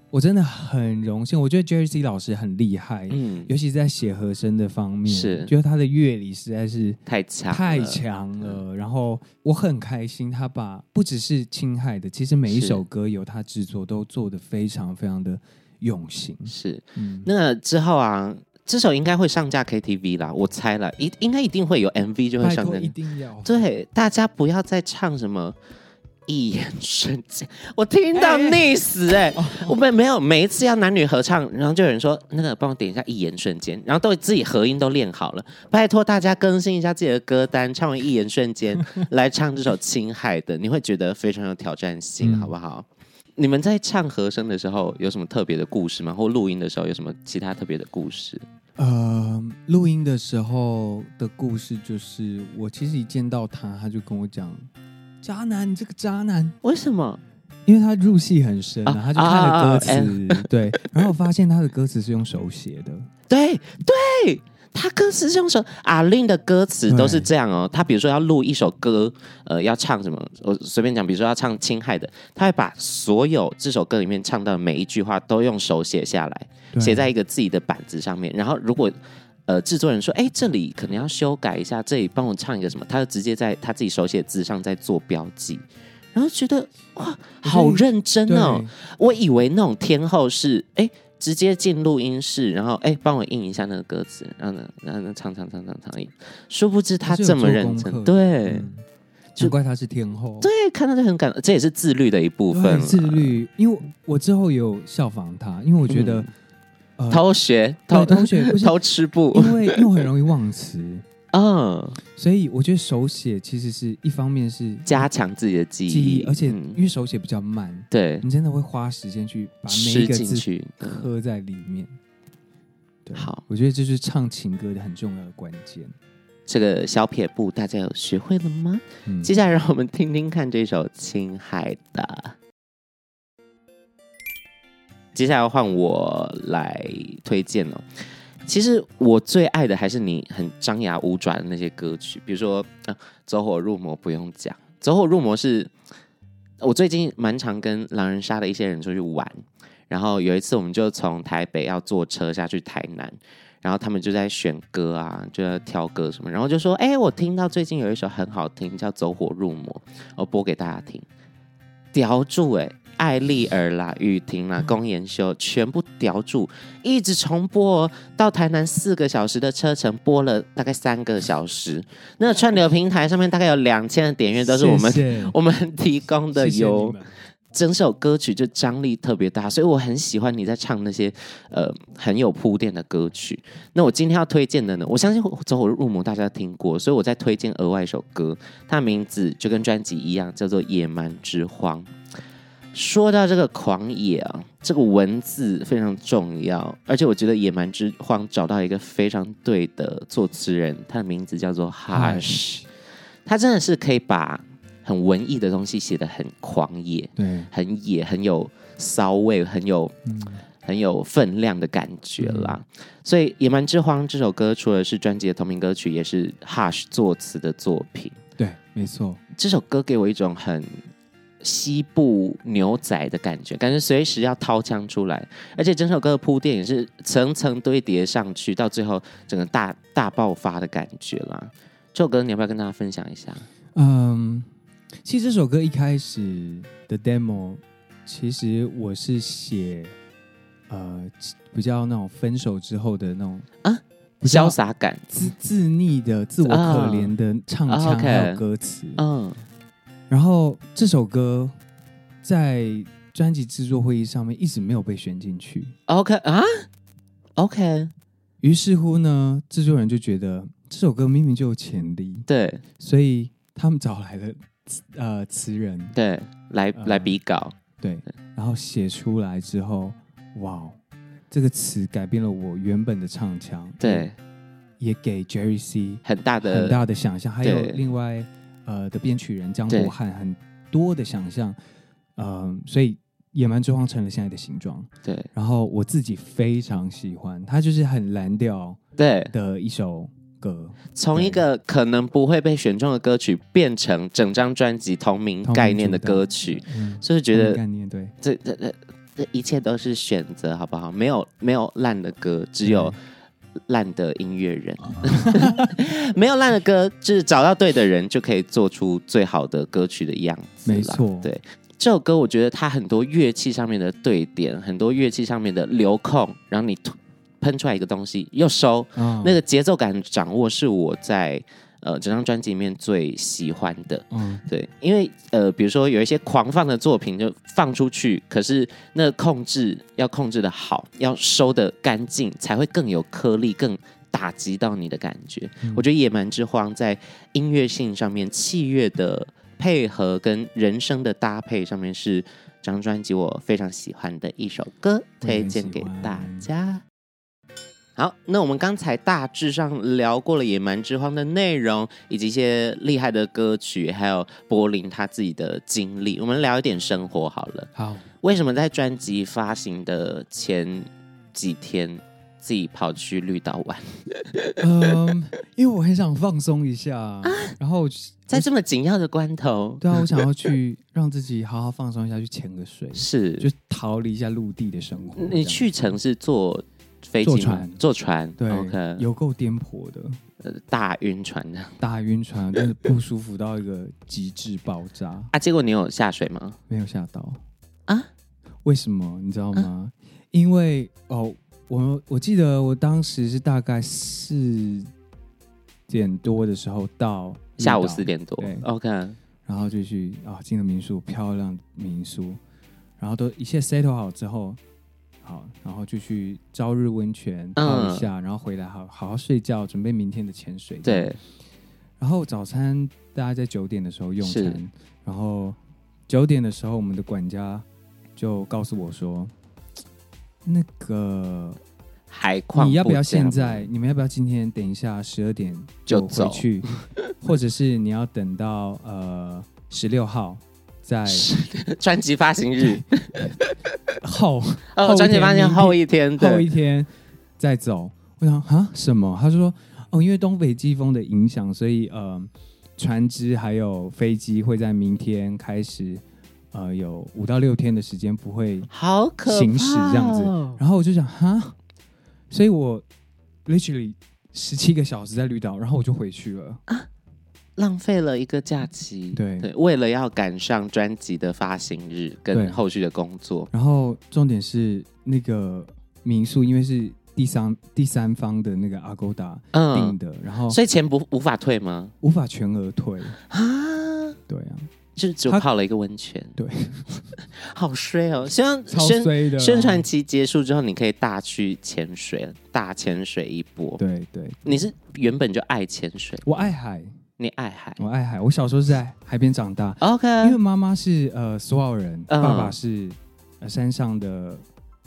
B: 我真的很荣幸。我觉得 Jerry C 老师很厉害，
A: 嗯，
B: 尤其在写和声的方面，
A: 是
B: 觉得他的乐理实在是
A: 太强了，嗯
B: 太强了。然后我很开心，他把不只是侵害的，其实每一
A: 是
B: 首歌由他制作都做的非常非常的用心。
A: 是，
B: 嗯，
A: 那之后啊，这首应该会上架 KTV 啦，我猜了，一应该一定会有 MV 就会
B: 拜
A: 上
B: 托
A: 架
B: 一。定要。
A: 对，大家不要再唱什么一眼瞬间， 我听到溺死哎、我们没有每一次要男女合唱，然后就有人说那个帮我点一下一眼瞬间，然后都自己合音都练好了，拜托大家更新一下自己的歌单，唱完一眼瞬 间来唱这首《青海》的，你会觉得非常有挑战性，
B: 嗯
A: 好不好？你们在唱和声的时候有什么特别的故事吗？或录音的时候有什么其他特别的故事？
B: 呃，录音的时候的故事就是，我其实一见到他，他就跟我讲：“渣男，你这个渣男。
A: 为什么？”
B: 因为他入戏很深啊，
A: 啊
B: 他就看了歌词，
A: 啊
B: 对，然后我发现他的歌词是用手写的，
A: 对对，他歌词是用手阿令的歌词都是这样哦。他比如说要录一首歌，呃，要唱什么，我随便讲，比如说要唱《侵害》的，他会把所有这首歌里面唱到的每一句话都用手写下来，
B: 对
A: 写在一个自己的板子上面。然后如果呃，制作人说：“哎，这里可能要修改一下，这里帮我唱一个什么？”他就直接在他自己手写字上再做标记，然后觉得哇，好认真
B: 对
A: 哦！我以为那种天后是哎、诶直接进录音室，然后哎、诶帮我印一下那个歌词，然后呢，然后呢唱唱唱唱唱印。殊不知他
B: 是有
A: 这么
B: 做
A: 认
B: 功课
A: 真，
B: 的
A: 对、
B: 嗯难怪他是天后，
A: 对，看到就很感，这也是自律的一部分啊
B: 对
A: 啦，
B: 自律。因为我之后有效仿他，因为我觉得、呃
A: 偷学
B: 对
A: 偷
B: 同学不 是
A: 偷吃布，
B: 因为因为我很容易忘词，
A: 嗯，
B: 所以我觉得手写其实是一方面是
A: 加强自己的记忆，
B: 记忆，而且
A: 嗯
B: 因为手写比较慢，
A: 对
B: 你真的会花时间去把每
A: 吃
B: 一个
A: 进
B: 字
A: 去，嗯
B: 刻在里面。对，
A: 好，
B: 我觉得这是唱情歌的很重要的关键。
A: 这个小撇步大家有学会了吗？
B: 嗯
A: 接下来让我们听听看这首《青海》的。接下来换我来推荐哦。其实我最爱的还是你很张牙舞爪的那些歌曲，比如说啊，呃走火入魔》不用讲，《走火入魔》是我最近蛮常跟狼人杀的一些人出去玩，然后有一次我们就从台北要坐车下去台南，然后他们就在选歌啊，就在挑歌什么，然后就说：“哎、我听到最近有一首很好听，叫《走火入魔》，我播给大家听。”叼住哎、艾丽儿啦、雨婷啦、龚妍修全部叼住，一直重播、哦，到台南四个小时的车程播了大概三个小时。那个串流平台上面大概有两千的点阅都是我们
B: 谢谢
A: 我们提供的
B: 谢谢
A: 有。
B: 你们
A: 整首歌曲就张力特别大，所以我很喜欢你在唱那些呃很有铺垫的歌曲。那我今天要推荐的呢，我相信《走火入魔》大家都听过，所以我再推荐额外一首歌，它名字就跟专辑一样，叫做《野蛮之荒》。说到这个狂野啊，这个文字非常重要，而且我觉得《野蛮之荒》找到一个非常对的作词人，他的名字叫做 Hush，他真的是可以把很文艺的东西写得很狂野，
B: 对，
A: 很野、很有骚味、很有
B: 嗯，
A: 很有分量的感觉啦。所以《野蛮之荒》这首歌，除了是专辑的同名歌曲，也是 Hush 作词的作品。
B: 对，没错，
A: 这首歌给我一种很西部牛仔的感觉，感觉随时要掏枪出来，而且整首歌的铺垫也是层层堆叠上去，到最后整个大大爆发的感觉啦。这首歌你要不要跟大家分享一下？
B: 嗯，其实这首歌一开始的 demo，其实我是写呃比较那种分手之后的那种
A: 啊
B: 比较
A: 潇洒感，
B: 自自溺的、自我可怜的唱
A: 啊
B: 腔
A: ，OK
B: 还有歌词。
A: 嗯
B: 然后这首歌在专辑制作会议上面一直没有被选进去，
A: ，OK 啊，OK，
B: 于是乎呢，制作人就觉得这首歌明明就有潜力，
A: 对。
B: 所以他们找来了呃词人，
A: 对，来
B: 嗯
A: 来比稿，
B: 对，然后写出来之后，哇，哦这个词改变了我原本的唱腔，
A: 对，，
B: 也给 Jerry C
A: 很大的，
B: 嗯很大的想象，还有
A: 对
B: 另外呃的编曲人江
A: 对
B: 博汉很多的想象，嗯、所以《野蛮之荒》成了现在的形状。
A: 对
B: 然后我自己非常喜欢，它就是很蓝调
A: 对，
B: 的一首歌，
A: 从一个可能不会被选中的歌曲，变成整张专辑同名
B: 同名
A: 概念的
B: 主打
A: 歌曲，
B: 嗯，
A: 所以觉
B: 同一
A: 得
B: 概念对，
A: 这这这这一切都是选择，好不好？没有没有烂的歌，只有烂的音乐人。 没有烂的歌，就是找到对的人，就可以做出最好的歌曲的样子啦。
B: 没错
A: 对这首歌，我觉得它很多乐器上面的对点，很多乐器上面的留空，然后你突喷出来一个东西，又收，
B: 嗯
A: 那个节奏感掌握是我在呃整张专辑里面最喜欢的。
B: 嗯
A: 对，因为呃，比如说有一些狂放的作品就放出去，可是那控制要控制的好，要收的干净，才会更有颗粒，更打击到你的感觉。我觉得《野蛮之荒》在音乐性上面、器乐的配合跟人声的搭配上面是。这张专辑我非常喜欢的一首歌，
B: 我也
A: 推
B: 很
A: 荐给
B: 喜欢
A: 大家。好，那我们刚才大致上聊过了《野蛮之荒》的内容，以及一些厉害的歌曲，还有柏林他自己的经历。我们聊一点生活好了。
B: 好，
A: 为什么在专辑发行的前几天，自己跑去绿岛玩？
B: 嗯，因为我很想放松一 下，然后
A: 在这么紧要的关头，
B: 对啊，我想要去让自己好好放松一下，去潜个水，就是逃离一下陆地的生活。
A: 你去程是坐飞机吗
B: 坐船
A: 坐船，
B: 这样对，
A: ，OK，
B: 有够颠簸的，
A: 呃大晕船的
B: 大晕船，真的不舒服到一个极致爆 炸，
A: 啊。结果你有下水吗？
B: 没有吓到
A: 啊？
B: 为什么你知道吗？因为哦，我我记得我当时是大概四点多的时候到
A: 下午
B: 绿岛
A: 四点多
B: 对
A: ，OK，
B: 然后就去啊进了民宿，漂亮民宿，然后都一切 settle 好之后，好，然后就去朝日温泉泡一下，然后回来好好好睡觉，准备明天的潜水。，
A: 嗯对，
B: 然后早餐大家在九点的时候用
A: 是
B: 餐，然后九点的时候我们的管家就告诉我说，那个
A: 海况
B: 你要不
A: 不
B: 要
A: 佳
B: 现在？你们要不要今天等一下十二点
A: 就
B: 回去， 或者是你要等到呃十六号再
A: 专辑发行 日，
B: 后
A: 哦，
B: 后
A: 专辑
B: 天
A: 发行
B: 明
A: 后一天，
B: 后
A: 对
B: 一天再走？我想啊什么？他就说哦，因为东北季风的影响，所以呃船只还有飞机会在明天开始呃有五到六天的时间不会
A: 好可怕、哦，
B: 行驶这样子然后我就想哈，所以我 literally 十七个小时在绿岛，然后我就回去了。
A: 浪费了一个假期。
B: 对
A: 为了要赶上专辑的发行日跟
B: 对
A: 后续的工作，
B: 然后重点是那个民宿，因为是第三第三方的那个 Agoda 订
A: 嗯，
B: 的，然后
A: 所以钱不无法退吗？
B: 无法全额退。
A: 啊，
B: 对啊，
A: 就只
B: 他
A: 泡了一个温泉，
B: 对，
A: 好衰哦。希望
B: 超
A: 宣
B: 衰的啊
A: 宣传。期结束之后，你可以大去潜水，大潜水一波。
B: 对对，
A: 你是原本就爱潜水，
B: 我爱海，
A: 你爱海
B: 我爱海。我小时候是在海边长大，
A: ，OK，
B: 因为妈妈是呃苏澳人，
A: 嗯
B: 爸爸是、呃、山上的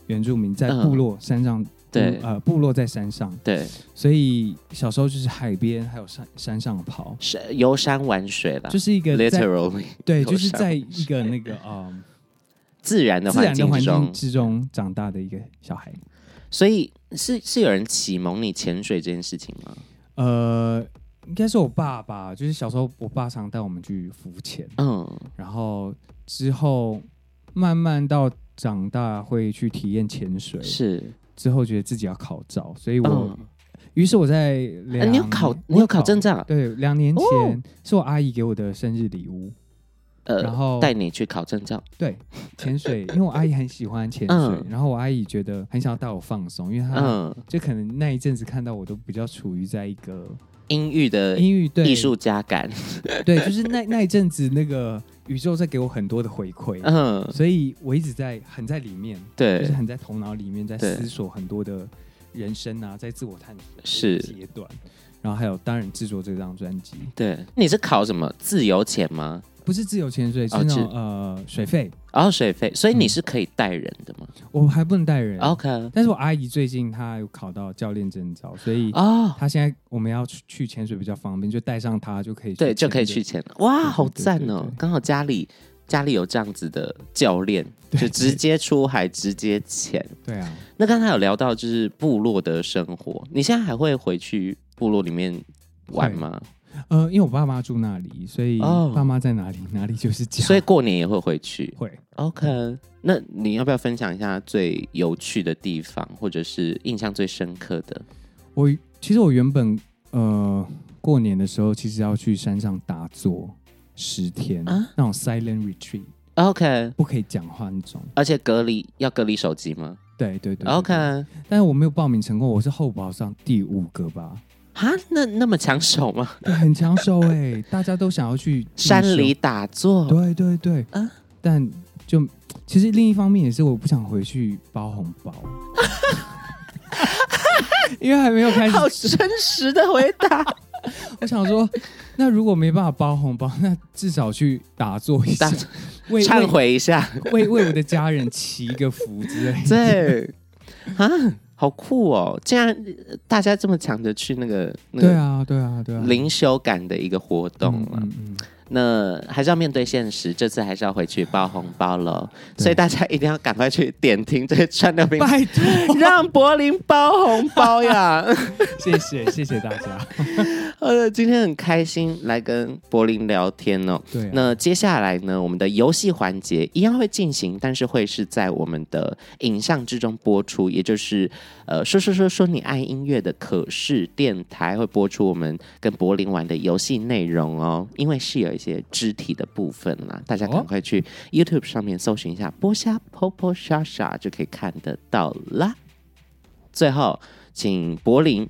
B: 原住民，在
A: 嗯
B: 部落、山上。
A: 对
B: 呃，部落在山上，
A: 对，
B: 所以小时候就是海边还有山山上跑，
A: 是游山玩水啦，
B: 就是一个在
A: literally
B: 对，
A: 游
B: 就是
A: 山
B: 在
A: 玩
B: 一个那个 嗯
A: 自然的
B: 自
A: 环
B: 然的
A: 境
B: 环
A: 之中
B: 境，之中长大的一个小孩。
A: 所以是是有人启蒙你潜水这件事情吗？
B: 呃，应该是我爸爸，就是小时候我爸常带我们去浮潜，
A: 嗯，
B: 然后之后慢慢到长大会去体验潜水，
A: 嗯是。
B: 之后觉得自己要考照，所以我
A: 嗯，
B: 于、是我在
A: 呃
B: 两、
A: 你有考
B: 啊我，
A: 你有考证照，啊哦
B: 对，两年前、是我阿姨给我的生日礼物，然
A: 呃，
B: 后
A: 带你去考证照，
B: 对，潜水，因为我阿姨很喜欢潜水，
A: 嗯
B: 然后我阿姨觉得很想要带我放松，因为她、
A: 嗯，
B: 就可能那一阵子看到我都比较处于在一个
A: 英语的
B: 英语对
A: 呃艺术家感，
B: 对，就是那那一阵子那个宇宙在给我很多的回馈，
A: 嗯，
B: 所以我一直在很在里面，就是
A: 对，
B: 很在头脑里面在
A: 对
B: 思索很多的人生啊，在自我探索
A: 是
B: 的阶段。然后还有，当然制作这张专辑
A: 对，你是考什么自由潜吗？
B: 不是自由潜水，是
A: 哦
B: 那种、呃水费，
A: 然后水费，所以你
B: 嗯
A: 是可以带人的吗
B: 我还不能带人。
A: 哦？OK，
B: 但是我阿姨最近她有考到教练证照，所以
A: 哦，
B: 她现在我们要去去潜水比较方便，就带上她就可以去
A: 对，就
B: 潜
A: 可以
B: 水
A: 去潜了，哇，
B: 对
A: 好
B: 对对
A: 赞
B: 对
A: 哦！
B: 对
A: 刚好家里家里有这样子的教练，
B: 对
A: 就直接出海，直接潜。
B: 对啊，
A: 那刚才有聊到就是部落的生活，你现在还会回去部落里面玩吗？
B: 呃，因为我爸妈住那里，所以
A: 哦
B: 爸妈在哪里，哪里就是家。
A: 所以过年也会回去。
B: 会
A: OK，那你要不要分享一下最有趣的地方，或者是印象最深刻的？
B: 我其实我原本呃过年的时候，其实要去山上打坐十天，
A: 啊
B: 那种 silent retreat，
A: OK，
B: 不可以讲话那种。
A: 而且隔离要隔离手机吗？
B: 对对对对
A: OK，
B: 对但是我没有报名成功，我是候补上第五个吧，
A: 哈，那那么抢手吗？
B: 对很抢手哎、 大家都想要去
A: 山里，打坐，
B: 对对对，
A: 啊
B: 但就其实另一方面也是我不想回去包红包， 因为还没有开始
A: 好真实的回答。
B: 我想说，那如果没办法包红包，那至少去打坐一下
A: 打坐，
B: 为
A: 忏悔一下，
B: 为为为我的家人祈一个福之类 的。
A: 对，啊，好酷哦！竟然呃大家这么抢着去那个那
B: 对
A: 个
B: 啊，对啊，对啊，
A: 灵修感的一个活动啊了，
B: 嗯嗯
A: 那还是要面对现实，这次还是要回去包红包喽。
B: 对
A: 所以大家一定要赶快去点听这些川流
B: 嗯
A: 冰，
B: 拜托，
A: 让柏林包红包呀！
B: 谢谢谢谢大家。
A: 呃，今天很开心来跟柏林聊天哦。
B: 对啊、
A: 那接下来呢，我们的游戏环节一样会进行，但是会是在我们的影像之中播出，也就是呃，说说说说你爱音乐的可视电台会播出我们跟柏林玩的游戏内容哦，因为是有一些肢体的部分啦，大家
B: 哦
A: 赶快去 YouTube 上面搜寻一下“波虾婆婆莎莎”就可以看得到啦。最后，请柏林。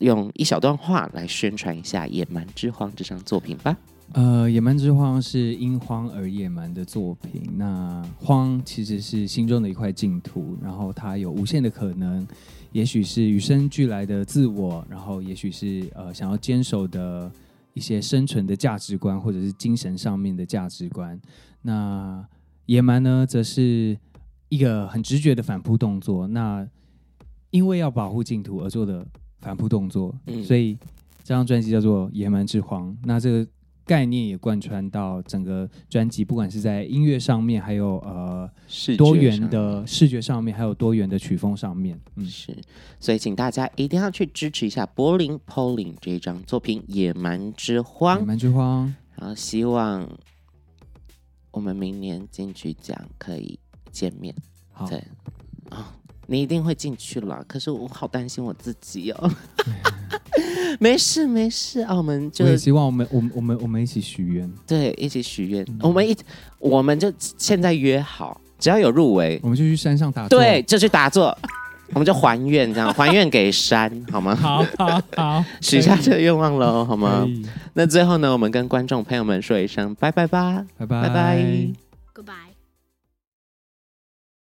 A: 用一小段话来宣传一下《野蛮之荒》这张作品吧。
B: 呃，《野蛮之荒》是因荒而野蛮的作品。那荒其实是心中的一块净土，然后它有无限的可能，也许是与生俱来的自我，然后也许是呃想要坚守的一些生存的价值观，或者是精神上面的价值观。那野蛮呢，则是一个很直觉的反扑动作。那因为要保护净土而做的反扑动作，
A: 嗯
B: 所以这张专辑叫做《野蛮之荒》。那这个概念也贯穿到整个专辑，不管是在音乐上面，还有呃
A: 是
B: 多元的视觉上面，还有多元的曲风上面。嗯，
A: 是，所以请大家一定要去支持一下柏林 Polling 这一张作品《野蛮之荒
B: 野》，蛮之荒，
A: 然后希望我们明年金曲奖可以见面。
B: 好，
A: 对你一定会进去了，可是我好担心我自己 哦。没事没事啊，我们就
B: 我也希望我们我们我们我们一起许愿，
A: 对一起许
B: 嗯
A: 愿，我们一我们就现在约好，只要有入围，
B: 我们就去山上打坐。
A: 对，就去打 坐，我们就还愿这样，还愿给山好吗？
B: 好，好好好，
A: 许下这个愿望喽，好吗
B: 可？以，可以
A: 那最后呢，我们跟观众朋友们说一声拜拜吧，
B: 拜
A: 拜拜。
D: Goodbye.